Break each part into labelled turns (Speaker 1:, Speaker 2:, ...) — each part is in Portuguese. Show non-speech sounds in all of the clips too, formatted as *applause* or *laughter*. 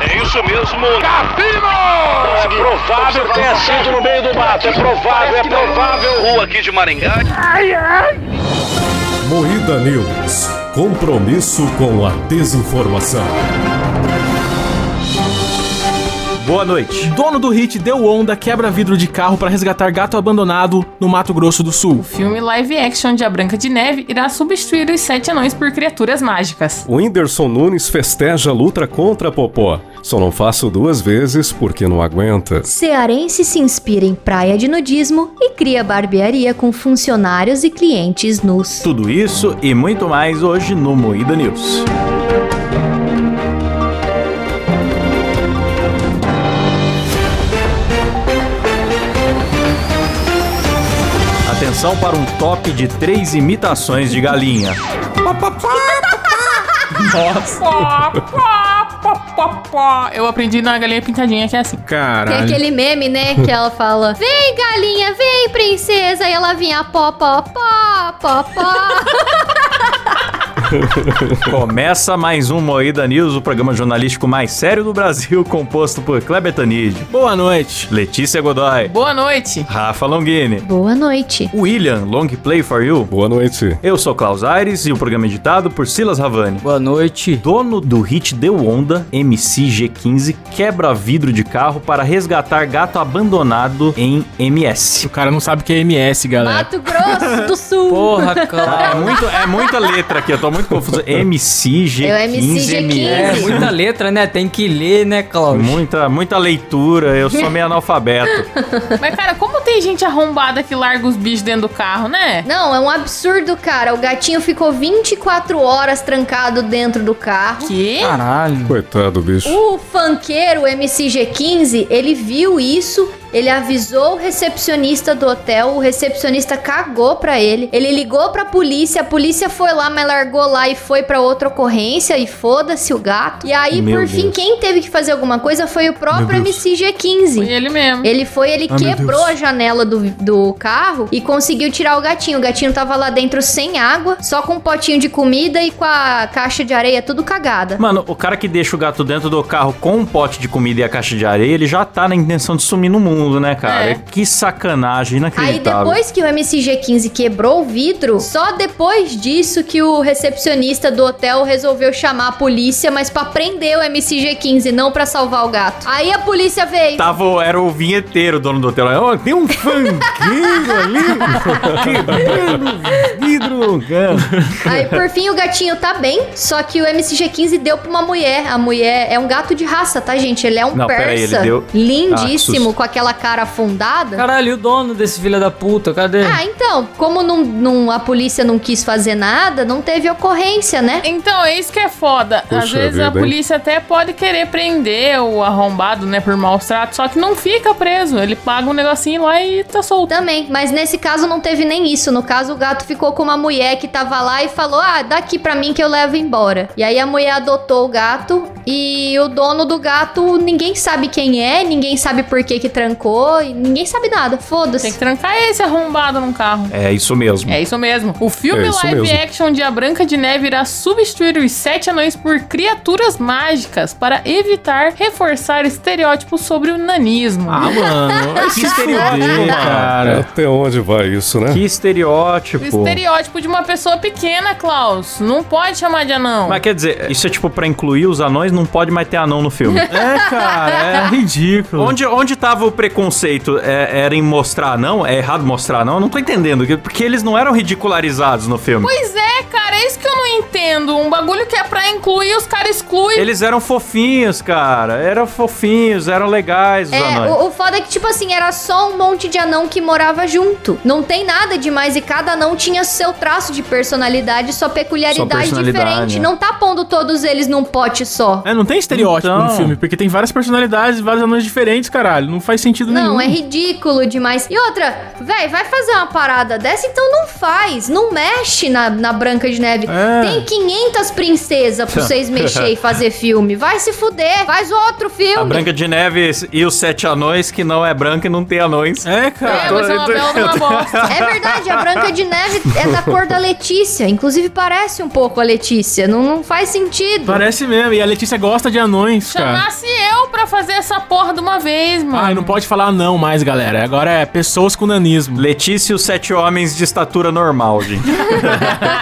Speaker 1: É Isso mesmo.
Speaker 2: Cassino!
Speaker 1: É provável que tenha sido no meio do mato. É provável, é provável. Rua aqui de Maringá.
Speaker 3: Moída News. Compromisso com a desinformação.
Speaker 4: Boa noite. Dono do hit deu onda, quebra vidro de carro para resgatar gato abandonado no Mato Grosso do Sul.
Speaker 5: O filme live action de A Branca de Neve irá substituir os sete anões por criaturas mágicas.
Speaker 3: O Whindersson Nunes festeja a luta contra Popó. Só não faço duas vezes porque não aguenta.
Speaker 6: Cearense se inspira em praia de nudismo e cria barbearia com funcionários e clientes nus.
Speaker 4: Tudo isso e muito mais hoje no Moída News. Atenção para um top de três imitações de galinha. Nossa,
Speaker 5: Pó, pó, pó, pó, pó. Eu aprendi na galinha pintadinha que é assim.
Speaker 6: Tem
Speaker 4: caralho.
Speaker 6: aquele meme, né? Que ela fala: Vem, galinha, vem, princesa. E ela vinha pó, pó, pó, pó, pó.
Speaker 4: Começa mais um Moída News, o programa jornalístico mais sério do Brasil, *laughs* composto por Kleber Tanid. Boa noite. Letícia Godoy.
Speaker 5: Boa noite.
Speaker 4: Rafa Longini.
Speaker 6: Boa noite.
Speaker 4: William, long play for you.
Speaker 3: Boa noite.
Speaker 4: Eu sou Klaus Aires e o programa é editado por Silas Ravani.
Speaker 7: Boa noite.
Speaker 4: Dono do hit Deu Onda, MC G15, quebra vidro de carro para resgatar gato abandonado em MS.
Speaker 8: O cara não sabe o que é MS, galera.
Speaker 6: Mato Grosso do Sul.
Speaker 7: Porra,
Speaker 4: Ah, é,
Speaker 7: cara.
Speaker 4: muito, é muita letra aqui, eu tô muito confuso. MC G15,
Speaker 6: É o MC
Speaker 7: É
Speaker 4: MS.
Speaker 7: muita letra, né? Tem que ler, né, Cláudio?
Speaker 4: Muita, muita leitura, eu sou meio analfabeto.
Speaker 5: Mas, cara, como tem gente arrombada que larga os bichos dentro do carro, né?
Speaker 6: Não, é um absurdo, cara. O gatinho ficou 24 horas trancado dentro do carro.
Speaker 5: Que?
Speaker 7: Caralho.
Speaker 3: Coitado, bicho.
Speaker 6: O funkeiro MCG15, ele viu isso, ele avisou o recepcionista do hotel, o recepcionista cagou pra ele. Ele ligou pra polícia, a polícia foi lá, mas largou lá e foi pra outra ocorrência e foda-se o gato. E aí,
Speaker 4: Meu
Speaker 6: por fim,
Speaker 4: Deus.
Speaker 6: quem teve que fazer alguma coisa foi o próprio
Speaker 4: Meu Deus.
Speaker 5: Foi
Speaker 6: MCG15.
Speaker 5: ele mesmo.
Speaker 6: Ele foi, ele
Speaker 8: Ah, meu
Speaker 6: quebrou
Speaker 8: Deus.
Speaker 6: a janela do, do carro e conseguiu tirar o gatinho. O gatinho tava lá dentro sem água, só com um potinho de comida e com a caixa de areia tudo cagada.
Speaker 4: Mano, o cara que deixa o gato dentro do carro com um pote de comida e a caixa de areia, ele já tá na intenção de sumir no mundo, né, cara?
Speaker 5: É.
Speaker 4: Que sacanagem,
Speaker 6: Aí
Speaker 4: inacreditável.
Speaker 6: depois que o MCG15 quebrou o vidro, só depois disso que o recepcionista do hotel resolveu chamar a polícia, mas pra prender o MCG15, não pra salvar o gato. Aí a polícia veio.
Speaker 4: Tava, era o vinheteiro, o dono do hotel. Ó, tem um fangueiro ali quebrando vidro no carro.
Speaker 6: Aí por fim o gatinho tá bem, só que o MCG15 deu pra uma mulher. A mulher é um gato de raça, tá, gente? Ele é um
Speaker 4: Não,
Speaker 6: persa.
Speaker 4: peraí, ele deu- Ah, que
Speaker 6: Lindíssimo,
Speaker 4: susto.
Speaker 6: com aquela cara afundada.
Speaker 7: Caralho, e o dono desse filho da puta? Cadê?
Speaker 6: Ah, então, como não, não- a polícia não quis fazer nada, não teve ocorrência, né?
Speaker 5: Então, é isso que é foda. Às
Speaker 3: Puxa
Speaker 5: vezes
Speaker 3: vida,
Speaker 5: a
Speaker 3: hein?
Speaker 5: polícia até pode querer prender o arrombado, né, por maus tratos, só que não fica preso. Ele paga um negocinho lá e tá solto.
Speaker 6: Também, mas nesse caso não teve nem isso. No caso, o gato ficou com uma mulher que tava lá e falou: Ah, dá aqui pra mim que eu levo embora. E aí a mulher adotou o gato e o dono do gato, ninguém sabe quem é, ninguém sabe por que que trancou, e ninguém sabe nada.
Speaker 5: Tem que
Speaker 6: Foda-se.
Speaker 5: trancar esse arrombado num carro.
Speaker 4: É isso mesmo.
Speaker 5: É isso mesmo. O filme
Speaker 3: É isso
Speaker 5: live
Speaker 3: mesmo.
Speaker 5: action de A Branca de Neve irá substituir os sete anões por criaturas mágicas para evitar reforçar estereótipos sobre o nanismo.
Speaker 8: Ah, mano. Vai se
Speaker 4: estereótipo,
Speaker 8: fuder,
Speaker 4: mano.
Speaker 8: cara.
Speaker 3: Até onde vai isso, né?
Speaker 4: Que estereótipo.
Speaker 5: O estereótipo de uma pessoa pequena, Klaus. Não pode chamar de anão.
Speaker 4: Mas quer dizer, isso é tipo pra incluir os anões, não pode mais ter anão no filme.
Speaker 8: É, cara.
Speaker 4: *laughs*
Speaker 8: É ridículo.
Speaker 4: Onde, onde tava o preconceito? É- era em mostrar não? É errado mostrar não? Eu não tô entendendo. Porque eles não eram ridicularizados no filme.
Speaker 5: Pois é, cara, é isso que eu não entendo. Um bagulho que é pra incluir, os caras excluem.
Speaker 4: Eles eram fofinhos, cara. Eram fofinhos, eram legais os
Speaker 6: É,
Speaker 4: anões.
Speaker 6: o, o foda é que, tipo assim, era só um monte de anão que morava junto. Não tem nada demais e cada anão tinha seu traço de personalidade, sua peculiaridade
Speaker 4: Sua personalidade,
Speaker 6: diferente.
Speaker 4: é.
Speaker 6: Não tá pondo todos eles num pote só.
Speaker 8: É, não tem estereótipo no
Speaker 4: Então.
Speaker 8: filme, porque tem várias personalidades e vários anões diferentes, caralho. Não faz sentido nenhum.
Speaker 6: Não, é ridículo demais. E outra, véi, vai fazer uma parada dessa? Então não faz. Não mexe na, na Branca de Neve.
Speaker 8: É.
Speaker 6: Tem 500 princesas pra vocês mexer e fazer filme. Vai se fuder. Faz outro
Speaker 4: A
Speaker 6: filme.
Speaker 4: Branca de Neve e os Sete Anões, que não é branca e não tem anões.
Speaker 8: É,
Speaker 5: É,
Speaker 8: cara.
Speaker 5: mas é uma bela
Speaker 8: *laughs*
Speaker 5: de uma bosta.
Speaker 6: É verdade, a Branca de Neve é da cor da Letícia. Inclusive parece um pouco a Letícia. Não, não faz sentido.
Speaker 8: Parece mesmo. E a Letícia gosta de anões, cara.
Speaker 5: Chamasse eu pra fazer essa porra de uma vez, mano.
Speaker 8: Ai, não pode falar não mais, galera. Agora é pessoas com nanismo.
Speaker 4: Letícia e os Sete Homens de Estatura
Speaker 6: *laughs*
Speaker 4: Normal, gente.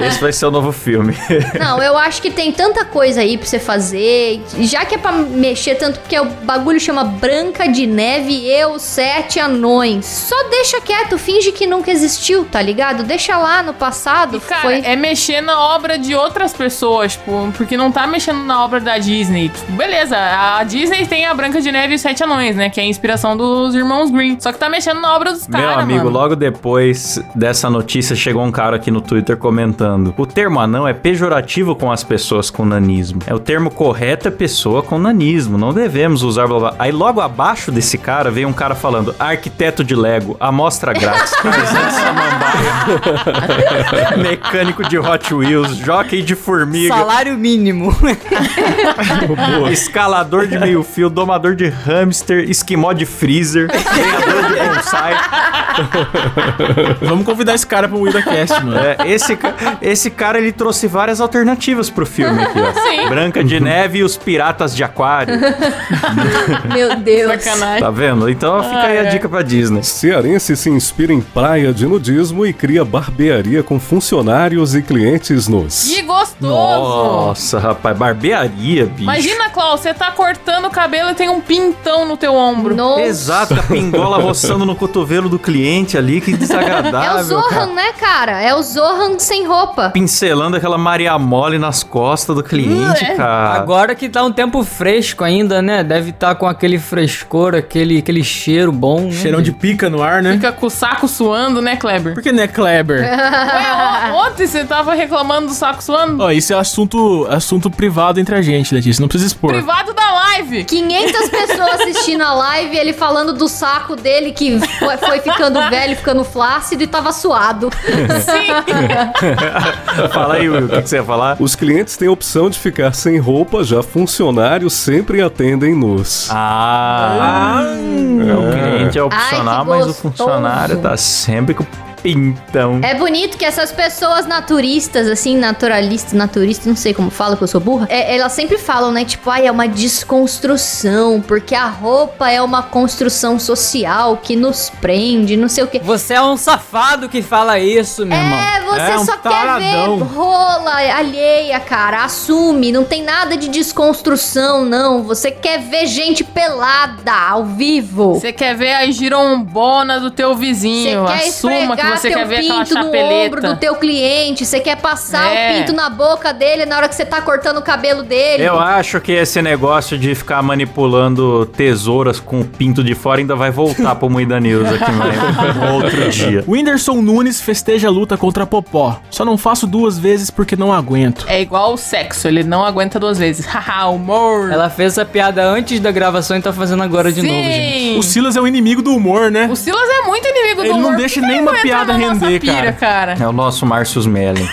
Speaker 4: Esse vai ser o novo filme.
Speaker 6: Não, eu acho que tem tanta coisa aí pra você fazer. Já que é pra mexer tanto, porque o bagulho chama Branca de Neve e eu, sete anões. Só deixa quieto, finge que nunca existiu, tá ligado? Deixa lá no passado.
Speaker 5: Cara,
Speaker 6: foi.
Speaker 5: é mexer na obra de outras pessoas, tipo, porque não tá mexendo na obra da Disney. Tipo, beleza, a Disney tem a Branca de Neve e os Sete Anões, né? Que é a inspiração dos irmãos Green. Só que tá mexendo na obra dos caras.
Speaker 4: Meu amigo,
Speaker 5: mano.
Speaker 4: logo depois dessa notícia, chegou um cara aqui no Twitter comentando: o termo anão é pejorativo com as pessoas com nanismo. É o termo correto é pessoa com nanismo. Não devemos usar blá blá. Aí logo abaixo desse cara veio um cara falando: arquiteto de Lego, amostra grátis, cabeça de samambaia, *laughs* mecânico de Hot Wheels, jockey de formiga.
Speaker 7: Salário mínimo.
Speaker 4: Escalador de meio fio, domador de hamster, esquimó de freezer, ganhador de bonsai,
Speaker 8: *laughs* Vamos convidar esse cara pro WidaCast, mano.
Speaker 4: É, esse, ca- esse cara, ele trouxe várias alternativas pro filme aqui, ó. Branca de Neve e os Piratas de Aquário,
Speaker 5: *laughs*
Speaker 6: Meu Deus.
Speaker 5: Sacanagem.
Speaker 4: tá vendo? Então fica aí a
Speaker 5: é.
Speaker 4: dica pra Disney.
Speaker 3: Cearense se inspira em praia de nudismo e cria barbearia com funcionários e clientes nus.
Speaker 5: Que gostoso!
Speaker 4: Nossa, rapaz, barbearia, bicho.
Speaker 5: Imagina, Klaus, você tá cortando o cabelo e tem um pintão no teu ombro.
Speaker 6: Nossa.
Speaker 4: Exato, a pingola roçando no cotovelo do cliente ali, que
Speaker 6: É o
Speaker 4: desagradável,
Speaker 6: Zohan,
Speaker 4: cara.
Speaker 6: né, cara? É o Zohan sem roupa.
Speaker 4: Pincelando aquela Maria Mole nas costas do cliente,
Speaker 5: É.
Speaker 4: cara.
Speaker 7: Agora que tá um tempo fresco ainda, né? Deve estar com aquele frescor, aquele, aquele cheiro bom. né?
Speaker 8: *laughs* Cheirão de pica no ar, né?
Speaker 5: Fica com o saco suando, né,
Speaker 8: *laughs*
Speaker 5: Kleber?
Speaker 8: Por que, né, Kleber?
Speaker 5: Ué, o- ontem você tava reclamando do saco suando?
Speaker 8: Ó, isso é assunto, assunto privado entre a gente, Letícia. Não precisa expor.
Speaker 5: Privado da live!
Speaker 6: *laughs* 500 pessoas assistindo a live, ele falando do saco dele que foi, foi ficando velho, ficando flácido e tava
Speaker 4: *laughs*
Speaker 6: suado.
Speaker 5: Sim!
Speaker 4: Fala aí, Will, o que, que você ia falar?
Speaker 3: Os clientes têm a opção de ficar sem roupa, já funcionários sempre atendem nus.
Speaker 4: Ah, é, o cliente é opcional,
Speaker 6: Ai, que
Speaker 4: mas o
Speaker 6: gostoso.
Speaker 4: funcionário tá sempre com pintão.
Speaker 6: É bonito que essas pessoas naturistas, assim, naturalistas, naturistas, não sei como fala, que eu sou burra, é- elas sempre falam, né? Tipo, ai, é uma desconstrução, porque a roupa é uma construção social que nos prende, não sei o quê.
Speaker 7: Você é um safado que fala isso, meu irmão.
Speaker 6: É, você
Speaker 8: É um
Speaker 6: só
Speaker 8: taradão.
Speaker 6: quer ver rola alheia, cara. Assume, não tem nada de desconstrução, não. Você quer ver gente pelada ao vivo.
Speaker 5: Você quer ver a girombonas do teu
Speaker 6: Você
Speaker 5: vizinho?
Speaker 6: quer
Speaker 5: Assuma que
Speaker 6: esfregar
Speaker 5: você
Speaker 6: teu
Speaker 5: quer ver aquela
Speaker 6: pinto no ombro do
Speaker 5: chapeleta.
Speaker 6: teu cliente. Você quer passar
Speaker 5: É.
Speaker 6: o pinto na boca dele na hora que você tá cortando o cabelo dele.
Speaker 4: Eu acho que esse negócio de ficar manipulando tesouras com o pinto de fora ainda vai voltar pro Moída News aqui no *laughs* outro dia.
Speaker 8: Whindersson Nunes festeja a luta contra Popó. Só não faço duas vezes porque não aguento.
Speaker 5: É igual o sexo, ele não aguenta duas vezes. *laughs* Haha, humor!
Speaker 7: Ela fez essa piada antes da gravação e tá fazendo agora de
Speaker 5: Sim.
Speaker 7: novo, gente.
Speaker 8: O Silas é o inimigo do humor, né?
Speaker 5: O Silas é muito inimigo
Speaker 8: Ele
Speaker 5: do
Speaker 8: não
Speaker 5: humor.
Speaker 8: deixa
Speaker 5: Por que
Speaker 8: nenhuma
Speaker 5: ele não entra
Speaker 8: piada
Speaker 5: na nossa
Speaker 8: render,
Speaker 5: pira, cara.
Speaker 8: *laughs*
Speaker 4: É o nosso Márcio Melling.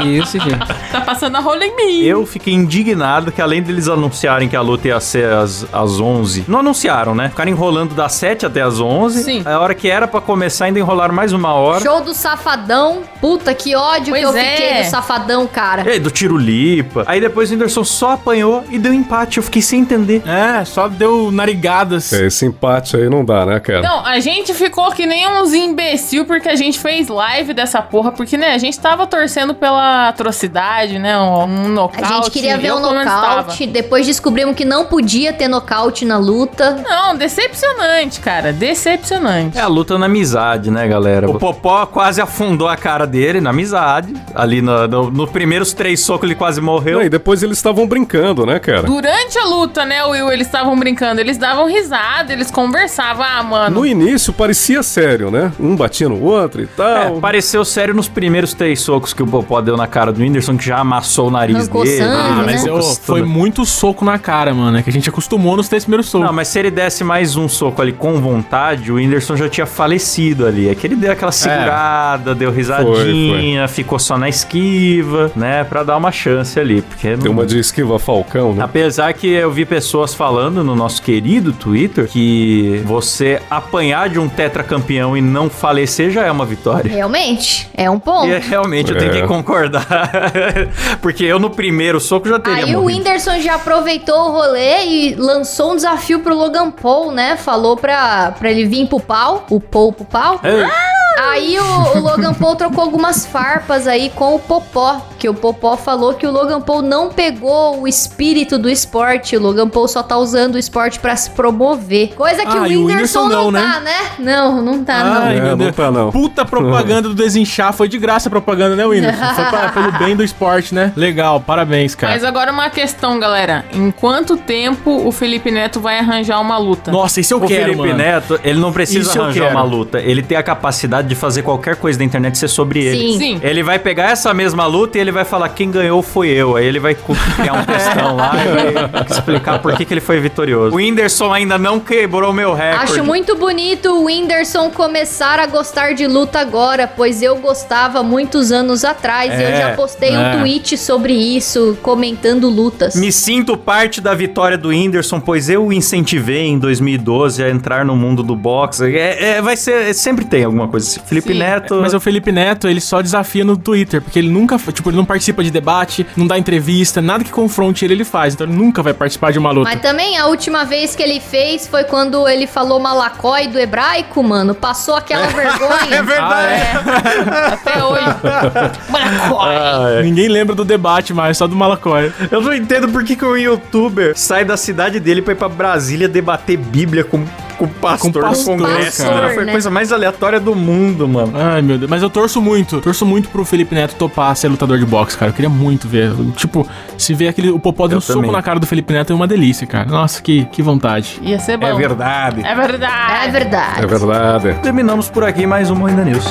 Speaker 7: Que isso, gente.
Speaker 5: Tá passando a rola em mim.
Speaker 4: Eu fiquei indignado que além deles anunciarem que a luta ia ser às, às 11, não anunciaram, né? Ficaram enrolando das 7 até às 11.
Speaker 5: Sim.
Speaker 4: A hora que era pra começar ainda enrolaram mais uma hora.
Speaker 6: Show do Safadão. Puta, que ódio
Speaker 5: Pois
Speaker 6: que eu
Speaker 5: é.
Speaker 6: fiquei do Safadão, cara.
Speaker 4: E aí, É, do tiro lipa. Aí depois o Whindersson só apanhou e deu empate. Eu fiquei sem entender.
Speaker 8: É, só deu narigadas.
Speaker 3: É, esse empate aí não dá, né, cara?
Speaker 5: Não, a gente ficou que nem uns imbecil porque a gente fez live dessa porra, porque, né, a gente tava torcendo pela atrocidade, né, um, um
Speaker 6: A
Speaker 5: nocaute.
Speaker 6: gente queria ver
Speaker 5: eu
Speaker 6: um
Speaker 5: pelo menos
Speaker 6: nocaute, depois descobrimos que não podia ter nocaute na luta.
Speaker 5: tava. Não, decepcionante, cara, decepcionante.
Speaker 4: É a luta na amizade, né, galera? O Popó quase afundou a cara dele na amizade. Ali na- no, no primeiros três socos ele quase morreu.
Speaker 3: Não, e depois eles estavam brincando, né, cara?
Speaker 5: Durante a luta, né, Will, eles estavam brincando, eles davam risada, eles conversavam, ah, mano...
Speaker 3: No início parecia sério, né? Um batia no outro e
Speaker 4: É,
Speaker 3: tal.
Speaker 4: pareceu sério nos primeiros três socos que o Popó deu na cara do Whindersson, que já amassou o nariz
Speaker 6: Arrancou
Speaker 4: dele.
Speaker 6: sangue,
Speaker 8: Ah, mas
Speaker 6: né?
Speaker 8: eu- foi muito soco na cara, mano. É que a gente acostumou nos três primeiros socos.
Speaker 4: Não, mas se ele desse mais um soco ali com vontade, o Whindersson já tinha falecido ali. É que ele deu aquela segurada, deu risadinha, ficou só na esquiva, né? Pra dar uma chance ali. Porque
Speaker 3: Tem
Speaker 4: não-
Speaker 3: uma de esquiva Falcão, né?
Speaker 4: Apesar que eu vi pessoas falando no nosso querido Twitter que você apanhar de um tetracampeão e não falecer já é uma vitória.
Speaker 6: Realmente, é um ponto.
Speaker 4: E é Realmente, eu tenho
Speaker 3: É.
Speaker 4: que concordar. *laughs* Porque eu no primeiro soco já teria
Speaker 6: Aí o
Speaker 4: morrido.
Speaker 6: Whindersson já aproveitou o rolê e lançou um desafio pro Logan Paul, né? Falou pra, pra ele vir pro pau, o Paul pro pau.
Speaker 4: Ei.
Speaker 6: Aí o, o Logan Paul trocou algumas farpas aí com o Popó, que o Popó falou que o Logan Paul não pegou o espírito do esporte, o Logan Paul só tá usando o esporte pra se promover. Coisa que
Speaker 8: Ah,
Speaker 6: o
Speaker 8: e o
Speaker 6: Whindersson
Speaker 8: Whindersson
Speaker 6: não,
Speaker 8: não, Ah,
Speaker 6: tá, né? Não, não tá, não.
Speaker 8: Ai,
Speaker 3: É,
Speaker 8: meu
Speaker 3: não
Speaker 8: Deus.
Speaker 3: tá, não.
Speaker 8: Puta propaganda do desinchar. Foi de graça a propaganda, né, Whindersson? Foi pra- pelo bem do esporte, né? Legal, parabéns, cara.
Speaker 5: Mas agora é uma questão, galera. Em quanto tempo o Felipe Neto vai arranjar uma luta?
Speaker 8: Nossa, isso eu
Speaker 4: O
Speaker 8: quero,
Speaker 4: Felipe
Speaker 8: mano.
Speaker 4: Neto, ele não precisa
Speaker 8: Isso eu
Speaker 4: arranjar
Speaker 8: quero.
Speaker 4: uma luta. Ele tem a capacidade de fazer qualquer coisa da internet ser sobre ele.
Speaker 6: Sim.
Speaker 5: Sim.
Speaker 4: Ele vai pegar essa mesma luta e ele vai falar quem ganhou foi eu. Aí ele vai cu- criar um textão *laughs* lá e vai explicar por que, que ele foi vitorioso. É. O Whindersson ainda não quebrou meu recorde.
Speaker 6: Acho muito bonito o Whindersson começar a gostar de luta agora, pois eu gostava muitos anos atrás e eu
Speaker 4: É,
Speaker 6: já postei
Speaker 8: é.
Speaker 6: um tweet sobre isso, comentando lutas.
Speaker 4: Me sinto parte da vitória do Whindersson, pois eu o incentivei em 2012 a entrar no mundo do boxe. É, é- vai ser. Sempre tem alguma coisa. assim. Felipe
Speaker 5: Sim.
Speaker 4: Neto.
Speaker 8: Mas o Felipe Neto, ele só desafia no Twitter, porque ele nunca, tipo, ele não participa de debate, não dá entrevista, nada que confronte ele, ele faz. Então ele nunca vai participar de uma luta.
Speaker 6: Mas também a última vez que ele fez foi quando ele falou malacói do hebraico, mano. Passou aquela vergonha.
Speaker 4: É *laughs* verdade. *laughs*
Speaker 5: Até hoje.
Speaker 4: É.
Speaker 8: Ninguém lembra do debate mais, só do Malacói.
Speaker 4: Eu não entendo por que, que um youtuber sai da cidade dele pra ir pra Brasília debater Bíblia com, com o pastor
Speaker 8: Com o pastor,
Speaker 4: do Congresso.
Speaker 6: cara.
Speaker 4: Foi a
Speaker 6: Né?
Speaker 4: coisa mais aleatória do mundo, mano.
Speaker 8: Ai, meu Deus. Mas eu torço muito, torço muito pro Felipe Neto topar ser lutador de boxe, cara. Eu queria muito ver. Tipo, se ver aquele, o Popó dando
Speaker 4: Eu
Speaker 8: soco
Speaker 4: também.
Speaker 8: na cara do Felipe Neto é uma delícia, cara. Nossa, que, que vontade.
Speaker 5: Ia ser bom.
Speaker 4: É verdade.
Speaker 5: É verdade.
Speaker 6: É verdade.
Speaker 3: É verdade.
Speaker 4: Terminamos por aqui mais um Moinda News.